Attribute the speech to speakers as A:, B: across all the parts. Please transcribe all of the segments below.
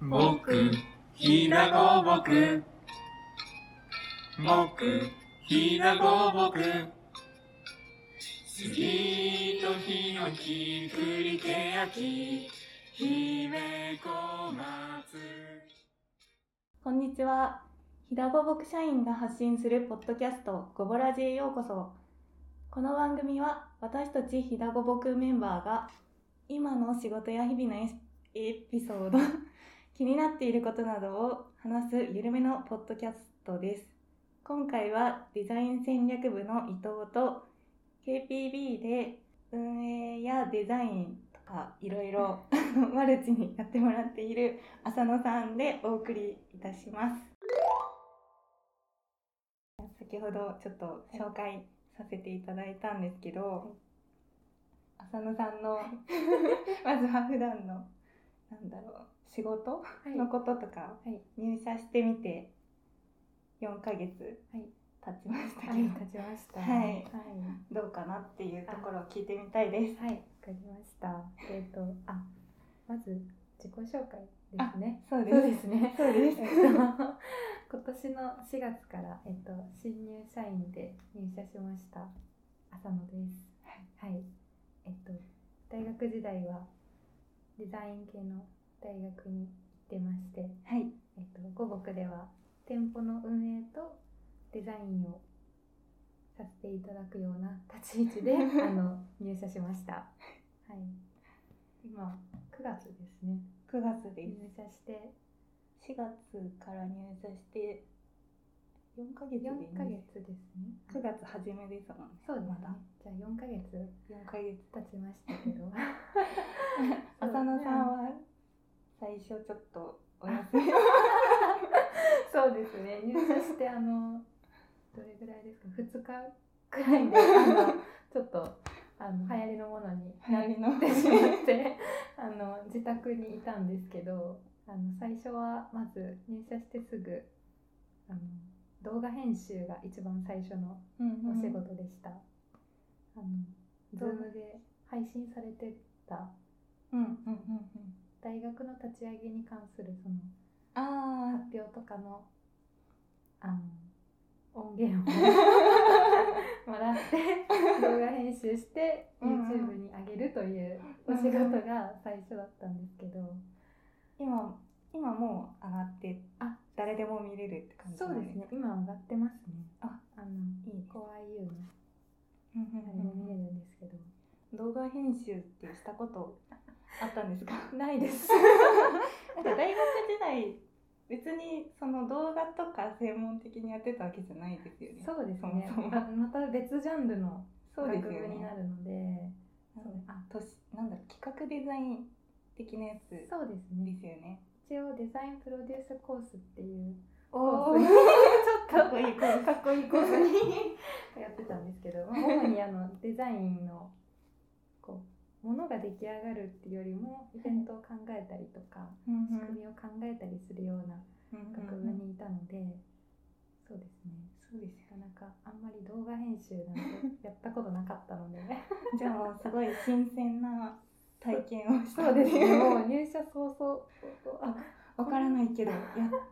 A: 木、ひなごぼく。木、ひなごぼく。杉とヒノキ、栗けやき、姫小松。
B: こんにちは。ひだごぼく社員が発信するポッドキャスト、ごぼらじへようこそ。この番組は、私たちひだごぼくメンバーが、今の仕事や日々のエエピソード、 気になっていることなどを話すゆるめのポッドキャストです。今回は、デザイン戦略部の伊藤と、KPB で運営やデザインとか、いろいろ マルチにやってもらっている浅野さんでお送りいたします先ほどちょっと紹介させていただいたんですけど、浅野さん のまずは普段のなんだろう仕事
C: はい
B: のこととか、
C: はい
B: 入社してみて4ヶ月
C: はい
B: 経ちましたけど、
C: はい、立ちました。
B: はい
C: はい、
B: どうかなっていうところを聞いてみたいです。
C: はいわかりました。えっ、と、あ、まず自己紹介ですね。
B: そうで
C: そう
B: す
C: ですね。
B: そう
C: え
B: で
C: っ
B: す
C: と、 今年の4月から、えっ、と、新入社員で入社しました。浅野です。はい、えっ、と、大学時代はデザイン系の大学に行ってまして。
B: はい
C: えっと、五目では店舗の運営とデザインをさせていただくような立ち位置 であの入社しました。はい、今9月ですね
B: 9月です
C: 入社して
B: 4月から入社して4ヶ月で入
C: 4
B: 社
C: ヶ月ですね。
B: 9月初めですもんね
C: そうですね
B: まだ。
C: じゃあ4ヶ月
B: 4ヶ月
C: 経ちましたけど。そう
B: 浅野さんは最初ちょっとお休み
C: そうですね入社してあのどれぐらいですか2日くらいであのちょっとあの流行りのものに
B: 流行り の
C: ってしまってあの自宅にいたんですけどあの最初はまず入社してすぐあの動画編集が一番最初の
B: うん
C: お仕事でした。あのズームで配信されてた
B: うんうんうんうん
C: 大学の立ち上げに関するその
B: あ
C: 発表とかのあの音源 をもらって動画編集して
B: うん
C: YouTube に上げるというお仕事が最初だったんですけど、
B: ー今今もう上がって
C: あ
B: 誰でも見れるって感じ
C: そうですね今上がってますね
B: あ
C: あの
B: いいね
C: CoIU の
B: うんう
C: あれも見
B: ん
C: れ
B: う
C: る
B: ん
C: んですけど、
B: 動画編集ってしたことあったんです か
C: ないです
B: なんか大学時代別にその動画とか専門的にやってたわけじゃないですよね
C: そうです
B: そも
C: ね
B: そも
C: あまた別ジャンルの
B: そう
C: 学
B: です
C: 部
B: よね
C: になるので
B: そうです
C: あ
B: としなんだろう企画デザイン的なやつですよ
C: そうですね
B: ね。
C: 一応デザインプロデュースコースっていう
B: お
C: コ
B: お
C: ースにちょっ
B: か
C: と
B: っこいいコース
C: かっこいいコースにやってたんですけど、 まあ、主にあのデザインのこうものが出来上がるっていうよりもイベントを考えたりとか、仕組みを考えたりするような学部にいたので、そうですね
B: そうですよ
C: なかなかあんまり動画編集なんてやったことなかったので
B: じゃあもうすごい新鮮な体験をした
C: そうですね
B: も
C: もう入社早々あ
B: わからないけどや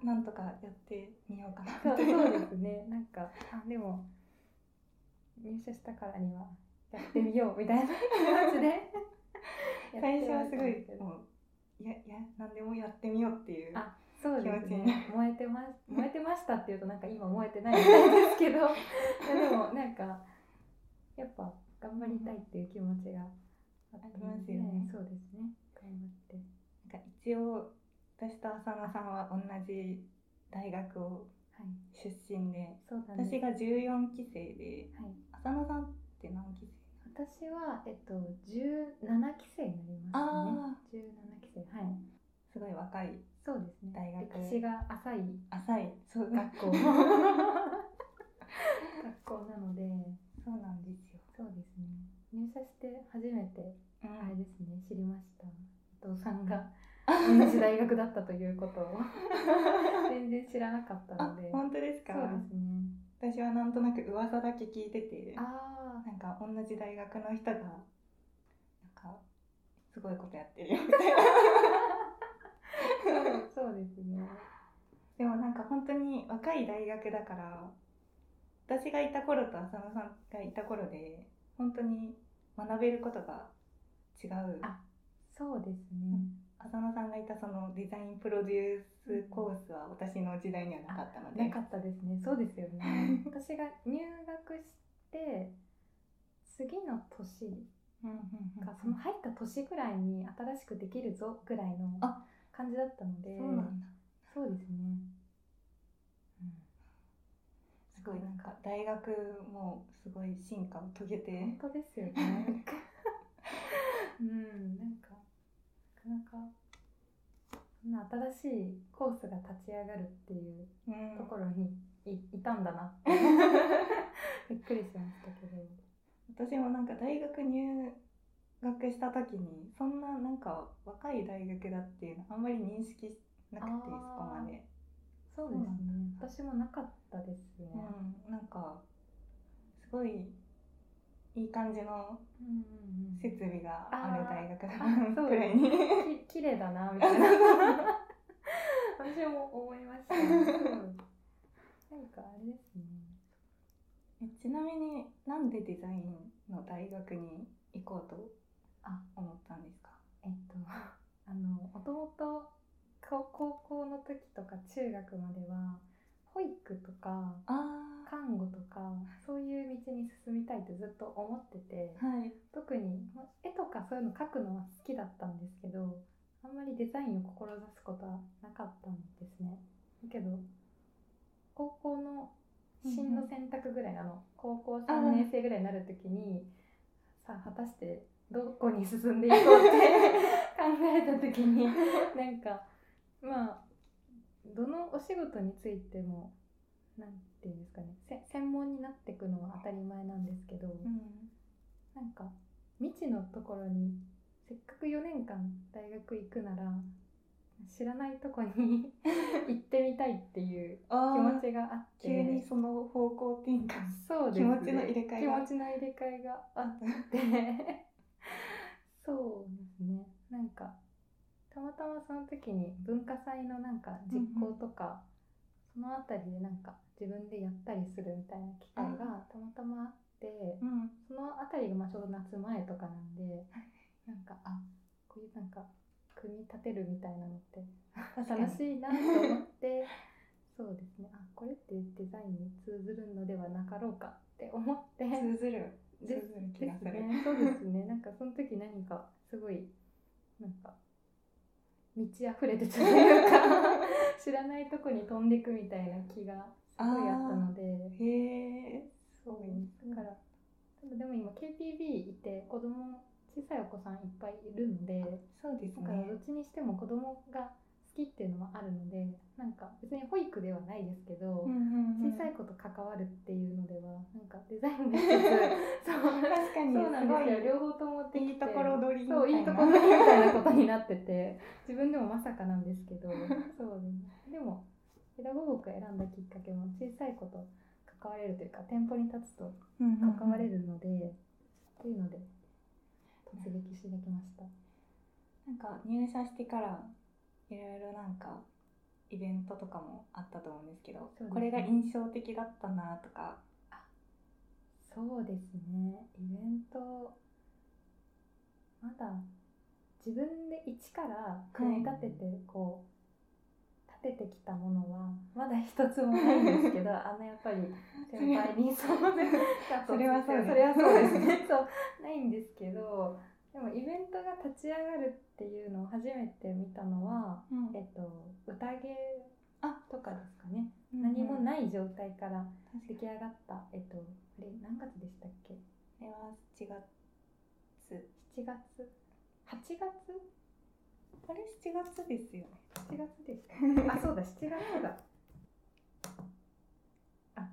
B: なんとかやってみようか
C: そ
B: な
C: う
B: み
C: そ
B: たいな
C: うですねなんかあでも入社したからにはやってみようみたいな気持ち で
B: 最初はすご
C: やっ
B: い
C: てたんですけど
B: もういやいや何でもやってみようっていう
C: あそうで
B: 気
C: す
B: 持ちに
C: ね燃えてま燃えてましたっていうとなんか今燃えてないみたいで すけどいやでもなんかやっぱ頑張りたいっていう気持ちがあったので
B: ありますよね
C: そうですね頑張って
B: なんか一応私と浅野さんは同じ大学を
C: はい
B: 出身で
C: そうなんです
B: 私が14期生で
C: はい、
B: 浅野さんって何期生
C: 私はえっと17期生になりま
B: あ
C: すね17期生はい
B: すごい若い
C: そうですね。
B: 大学
C: 歴史が浅い
B: 浅いそう
C: 学 校。学校なので、
B: そうなんですよ、
C: そうですね。入社して初めて
B: うん
C: あれですね知りました。伊藤さんが同じ大学だったというこ とを全然知らなかった
B: あ
C: ので。そう
B: 本当です
C: で
B: か
C: すね。
B: 私はなんとなく噂だけ聞いてて
C: ああ、
B: なんか同じ大学の人がなんかすごいことやってるよみたい
C: そうそうですね。
B: でもなんか本当に若い大学だから私がいた頃と浅野さんがいた頃で本当に学べることが違う
C: あそうですね。
B: 浅野さんがいたそのデザインプロデュースコースは私の時代にはなかったので、
C: なかったですね。そうですよ ね。私が入学して次の年
B: うんうんうん
C: かその入った年ぐらいに新しくできるぞぐらいの
B: あ
C: 感じだったので
B: そうなんだ
C: そうですね、
B: すごいなんか大学もすごい進化を遂げ
C: 本
B: て
C: 当ですよねうんなんかなかなかそんな新しいコースが立ち上がるっていう
B: うん
C: ところにい,、いたんだな ってびっくりしましたけど
B: 私もなんか大学入学した時にそんななんか若い大学だっていうのあんまり認識しなくてそ
C: あー
B: こまで、
C: そうですね私もなかったですね、
B: うん、なんかすごいいい感じの
C: うんうんうん
B: 設備がある大学だ
C: あ
B: な
C: そう
B: くらいに
C: き綺麗だなみたいな 私も思いま したそうなんかあれですね
B: えちなみになんでデザインの大学に行こうと思ったんですか
C: えっと あのもともと高高校の時とか中学までは保育とか
B: あ
C: 看護とかそういう道に進みたいってずっと思ってて
B: あ はい
C: 特にま絵とかそういうの描くのは好きだったんですけどあんまりデザインを志すことはなかったんですねだけど高校の進路選択ぐらい、あの高校
B: あ
C: 3年生ぐらいになる時にさあ果たしてどこに進んでいこうって 考えた時に なんかまあどのお仕事についてもなんていうんですかねせ専門になっていくのは当たり前なんですけど、
B: うん
C: なんか未知のところにせっかく4年間大学行くなら知らないとこに 行ってみたいっていう気
B: あ
C: 持
B: ー
C: ちがあって
B: 急にその方向転換
C: そうですね
B: 気持ちの入れ替えが
C: 気持ちの入れ替えがあってそうですねなんかたまたまその時に文化祭のなんか実行とか、そのあたりでなんか自分でやったりするみたいな機会がたまたまあって。
B: うん
C: そのあたりがまあちょうど夏前とかなんで、なんか、あ、こういうなんか、組み立てるみたいなのって、
B: かに
C: 楽しいなと思 って、そうですね、あ、これってデザインに通ずるのではなかろうかって思って、
B: 通ずる通ず
C: で
B: る気がする、
C: で すね、そうですね、なんかその時何かすごい、なんか、満ち溢れてたというか、 知らないとこに飛んでくみたいな気がすごいあったので、
B: へえ
C: そう
B: うん
C: だから、でも今 KPB いて子供小さいお子さんいっぱいいるので
B: そうです
C: だから
B: ね
C: どっちにしても子供が好きっていうのもあるのでなんか別に保育ではないですけど、小
B: 小
C: さい
B: 子
C: 子と関わるっていうのではなんかデザ インで一 つそう
B: 確かに
C: そうなんです
B: す
C: よ両方ともできて
B: いいところ取りみたいな
C: そういいところ取りみたいなことになって て自分でもまさかなんですけどそうですねでも平ダゴ選んだきっかけも小さい子と関われるというか店舗に立つと
B: ごい
C: 関われるので、っていうので突撃してきました、
B: なんか入社してからいろいろなんかイベントとかもあったと思うんですけど
C: そうですね
B: これが印象的だったなとか
C: そうですねイベントまだ自分で一から組み立ててこう、立ててきたものはまだ一つもないんですけ どあのやっぱり先輩にそう
B: それはそうです
C: それは そうですねそうないんですけどでもイベントが立ち上がるっていうのを初めて見たのは、えっと、宴
B: あ
C: とかですかね何
B: 何
C: も
B: もない
C: ない状態から
B: 確か
C: 出
B: に
C: 来上がった、えっと、あれ何月でしたっけ
B: これは7月
C: 7月8月
B: これ7月ですよね
C: 7月でした あそうだ7月だあ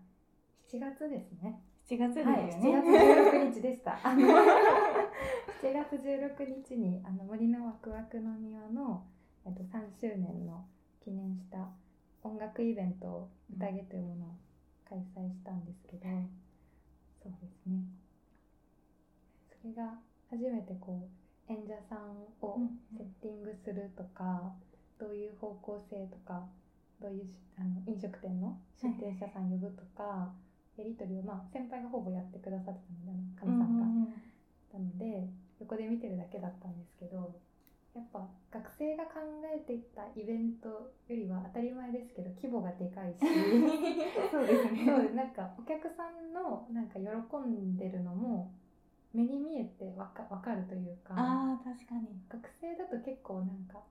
C: 7月ですね
B: 7月ですよ
C: はい
B: ね、
C: 7月16日でした あの7月16日にあの森のワクワクの庭の、えっと、3周年の記念した音楽イベントを宴というものを開催したんですけど、そうですねそれが初めてこう演者さんを
B: うん
C: セッティングするとか、どういう方向性とかどういうしあの飲食店の出店者さん呼ぶとか、やり取りを、まあ、先輩がほぼやってくださってたのであの神さんが。なので横で見てるだけだったんですけどやっぱ学生が考えていたイベントよりは当たり前ですけど規模がでかいし
B: そうですね
C: そうなんかお客さんのなんか喜んでるのも目に見えてわかわかるというか
B: ああ確かに、
C: 学生だと結構なんか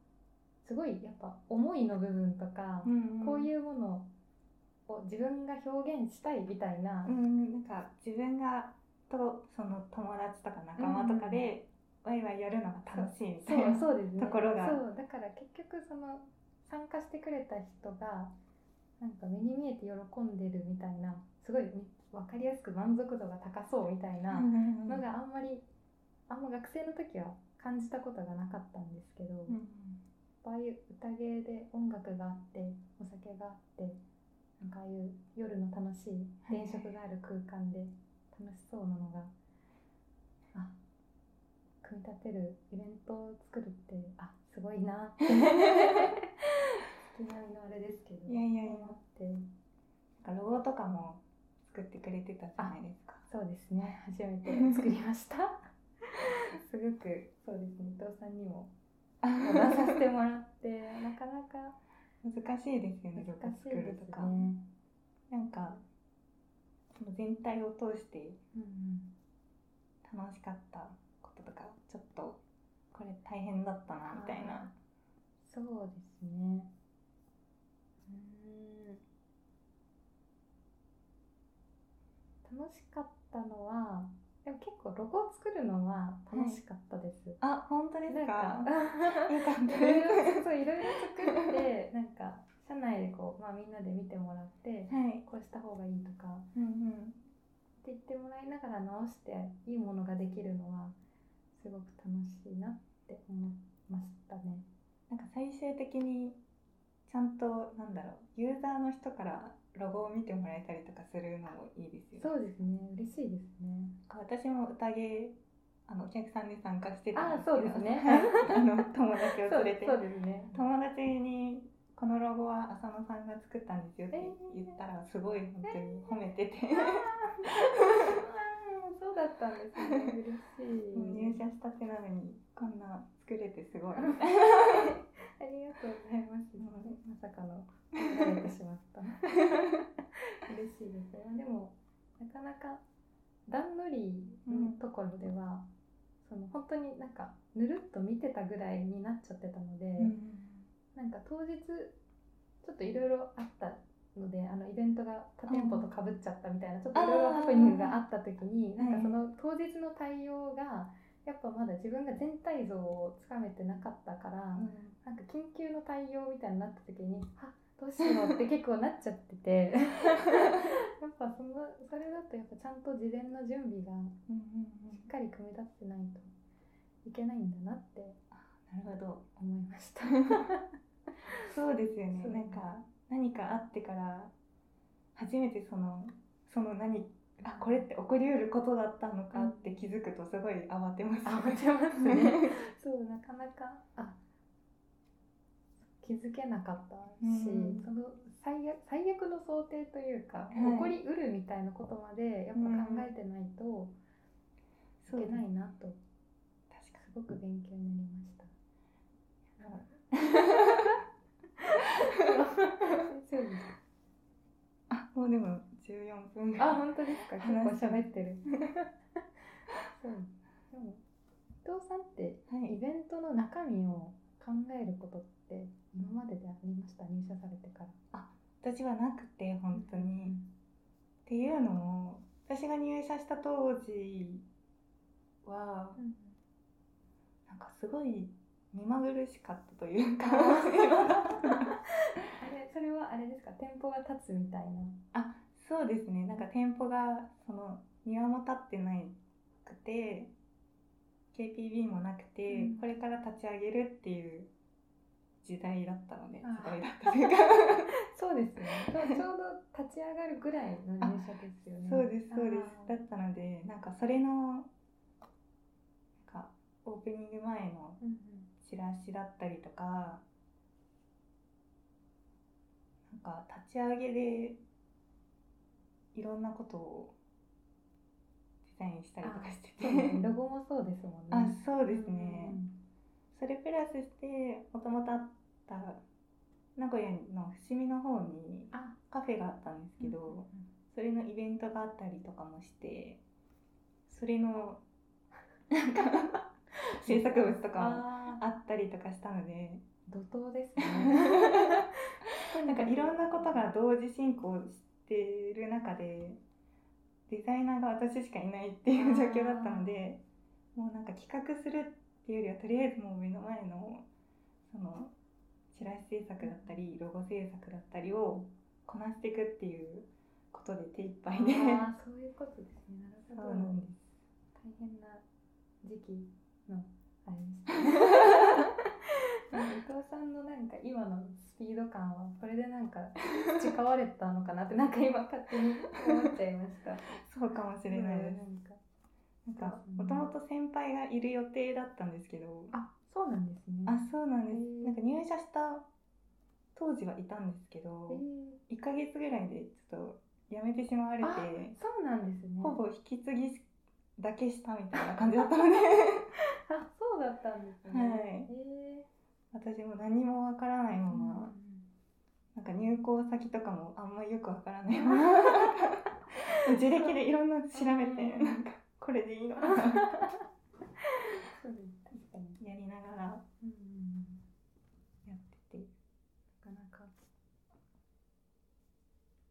C: すごいやっぱ思いの部分とか、
B: ん
C: こう
B: う
C: いうものを自分が表現したいみたいな、
B: んなんか自分がとその友達とか仲間とかでワイワイやるのが楽しいみた
C: そ
B: いな、
C: うそうですね
B: ところが
C: そうだから結局その参加してくれた人がなんか目に見えて喜んでるみたいなすごい分かりやすく満足度が高そうみたいなの
B: の
C: があんまりあんま学生の時は感じたことがなかったんですけど、ああいう宴で音楽があってお酒があってなんかああいう夜の楽しい電飾がある空間で楽しそうなのが、あ組み立てるイベントを作るってあすごいなって月並みのあれですけど
B: いやいやいや
C: 思って
B: なんかロゴとかも作ってくれてたじゃないですか
C: そうですね初めて作りました すごくそうですね伊藤さんにも 出させてもらってなかなか
B: 難 しいですよ
C: 難
B: ねロゴ
C: しい
B: 作る
C: です
B: と
C: ね
B: か、。なんかその全体を通して
C: うんうん
B: 楽しかったこととかちょっとこれ大変だったなみたい
C: あ
B: な
C: ーそうですねうーん楽しかったのはでも結構ロゴを作るのは楽しかったです、
B: あ本当です
C: なん
B: か
C: か
B: よかっ
C: いろいろそういろいろ作ってなんか社内でこう、まあ、みんなで見てもらって
B: たはい
C: こうした方がいいとか
B: うんうん
C: って言ってもらいながら直していいものができるのはすごく楽しいなって思いましたね。
B: なんか最終的にちゃんとなんだろうユーザーの人からロゴを見てもらえたりとかするのもいいですよね
C: そうですね嬉しいですね。
B: 私も宴あのお客さんで参加してたん
C: あ
B: ですけ
C: そ
B: ど
C: うですね。
B: あの友達を
C: そ
B: 連
C: う
B: れて
C: そうです ね。
B: 友達に「このロゴは浅野さんが作ったんですよ」って言ったらすごい本当に褒めてて、
C: そうだったんですね。嬉しい。
B: もう入社したてなのにこんな作れてすごい
C: ありがとうございます。まさかの 慣れてしまった。嬉しいですね。でもなかなか段取りのところでは、その本当になんかぬるっと見てたぐらいになっちゃってたので、なんか当日ちょっといろいろあったのであのイベントが他店舗とかぶっちゃったみたいなちょっといろいろハプニングがあった時に
B: あー
C: なんかその当日の対応がやっぱまだ自分が全体像をつかめてなかったから、なんか緊急の対応みたいになった時にあどうしようって結構なっちゃって てやっぱそのそれだとやっぱちゃんと事前の準備が
B: うんうんう
C: し
B: ん
C: っかり組み立ててないといけないんだなって
B: なるほど
C: 思いました。
B: そうですよね
C: そう
B: なんか何かあってから初めてそのその何あこれって起こりうることだったのかって気づくとすごい慌てます、
C: 慌てますねそうなかなかあ気づけなかったし、
B: うん
C: その最悪最悪の想定というか、
B: い
C: 起こりうるみたいなことまでやっぱ考えてないと
B: そ
C: いうけないなと、
B: 確か
C: すごく勉強になりました。 そうです
B: あもうでも14分ぐらい
C: あ本当ですか結構
B: 話して
C: 喋ってる そうでも伊藤さんって
B: は
C: イ
B: い、
C: ベントの中身を考えることって今まででありました入社されてから
B: 私はなくて本当に、っていうのも私が入社した当時は
C: うん
B: なんかすごい見まぐるしかったというか
C: あれそれはあれですか店舗が立つみたいな
B: そうですねなんか店舗がその庭も立ってなくて KPB もなくて、
C: うん
B: これから立ち上げるっていう時代だったので
C: あ
B: 時代だったと いうか
C: そうですねちょちょう ど立ち上がるぐらいの入社ですよね
B: そうですそうです
C: あ
B: だったのでなんかそれのなんかオープニング前の
C: ーうん
B: チラシだったりとかか立ち上げでいろんなことをデザインしたりとかしてて
C: そう ねロゴもそうですもんね。
B: あそうですね、それプラスしてもともとあった名古屋の伏見の方に
C: うん。あ、
B: カフェがあったんですけど、それのイベントがあったりとかもしてそれのなんか 制作物とかも
C: あ
B: あったりとかしたので
C: ー、怒涛ですね。
B: なんかいろんなことが同時進行してる中でデザイナーが私しかいないっていう状況だったのでもうなんか企画するっていうよりはとりあえずもう目の前のそのチラシ制作だったりロゴ制作だったりをこなしていくっていうことで手一杯で。
C: あー、そういうことですね。
B: そ
C: な
B: う
C: る
B: な
C: ほど。
B: んです
C: 大変な時期のあれ ですね。伊藤さんのなんか今のスピード感はこれでなんか培われたのかなってなんか今勝手に思っちゃいま した。
B: そうかもしれないです。
C: んか
B: なんか
C: うん
B: もともと先輩がいる予定だったんですけど、
C: あ、そうなんですね。
B: あそうなんです
C: へ。ー
B: なんか入社した当時はいたんですけど、
C: え
B: 1ヶ月ぐらいでちょっと辞めてしまわれ
C: ー、あ
B: て、
C: そうなんですね。
B: ほぼ引き継ぎだけしたみたいな感じだった ので、
C: あ、そうだったんですね。
B: はい
C: え
B: 私も何もわからない
C: ー
B: まま、なんか入校先とかもあんまよくわからないまま、 自力でいろんなの調べて、
C: うん
B: なんかこれでいいのかな
C: そうです確かに。
B: やりながらや
C: うんうんうん
B: ってて、
C: なかなか。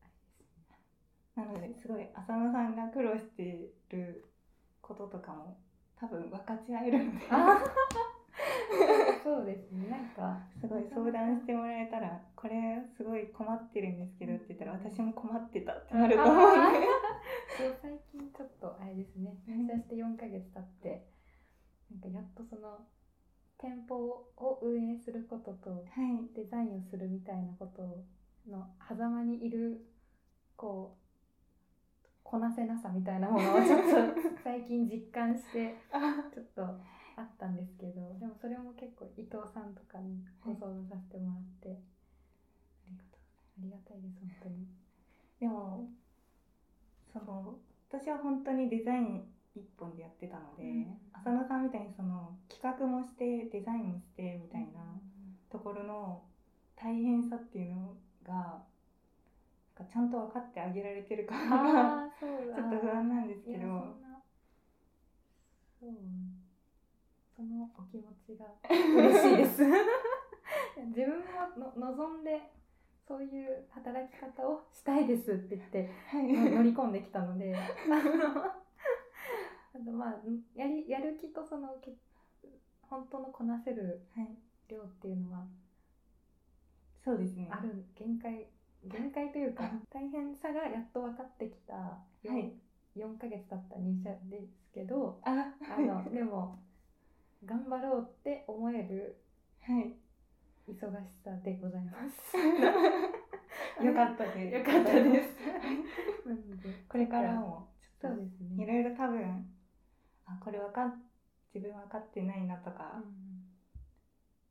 C: あれですね。
B: なのですごい浅野さんが苦労してることとかも多分分かち合えるので、
C: あそうですね、なんか、
B: すごい相談してもらえたら「これすごい困ってるんですけど」って言ったら「私も困ってた」ってなると思う
C: あ
B: んで
C: そう最近ちょっとあれですね、入社して4ヶ月経って、なんかやっとその、店舗を運営することと、
B: はい
C: デザインをするみたいなことの狭間にいる、こう、こなせなさみたいなものをちょっと最近実感して、
B: あ
C: ちょっとあったんですけどでもそれも結構伊藤さんとかにご相談させてもらって、ありがたいです本当に
B: でもその私は本当にデザイン一本でやってたので、
C: うん
B: 浅野さんみたいにその企画もしてデザインもしてみたいな。ところの大変さっていうのがなんかちゃんと分かってあげられてるからが
C: ああそうだ
B: ちょっと不安なんです
C: い
B: け
C: や
B: ど
C: そんなそうそのお気持ちが嬉しいです 自分もの望んでそういう働き方をしたいですって言って
B: はい
C: 乗り込んできたのであのまあやりやる気とそのけ本当のこなせる
B: はい
C: 量っていうのは
B: そうですね
C: ある限界限界というか大変さがやっと分かってきた4、
B: はい
C: 4ヶ月だった入社ですけど
B: あ
C: あのでも頑張ろうって思える
B: はい
C: 忙しさでございます。
B: よかったです
C: よかった です。なので
B: これからもちょ
C: そう
B: っ
C: です
B: とい
C: ね。
B: ろいろ多分あこれ分かっ自分分かってないなとか、
C: うん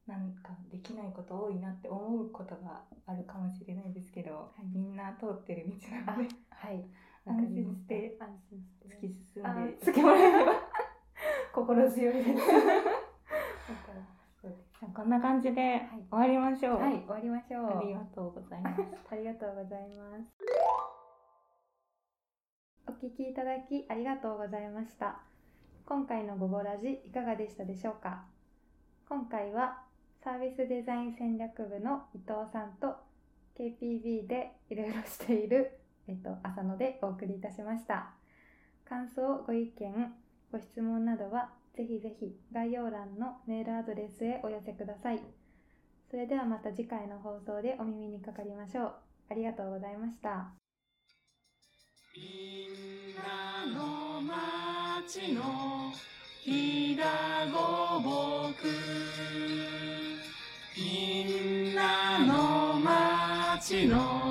B: なんかできないこと多いなって思うことがあるかもしれないですけど、
C: い
B: みんな通ってる道なので
C: はい。
B: 安心して
C: 安心して
B: 突き進
C: あ
B: んで
C: 突きもら えば 心強い です。だから
B: じゃあこんな感じで終わりましょう、
C: はい、終わりましょう。
B: ありがとうございます
C: ありがとうございます。お聞きいただきありがとうございました。今回のごぼラジいかがでしたでしょうか今回はサービスデザイン戦略部の伊藤さんと KPB でいろいろしている、えっと、浅野でお送りいたしました。感想、ご意見、ご質問などはぜひぜひ概要欄のメールアドレスへお寄せください。それではまた次回の放送でお耳にかかりましょう。ありがとうございました。
A: みんなの町のひだごぼくみんなの町の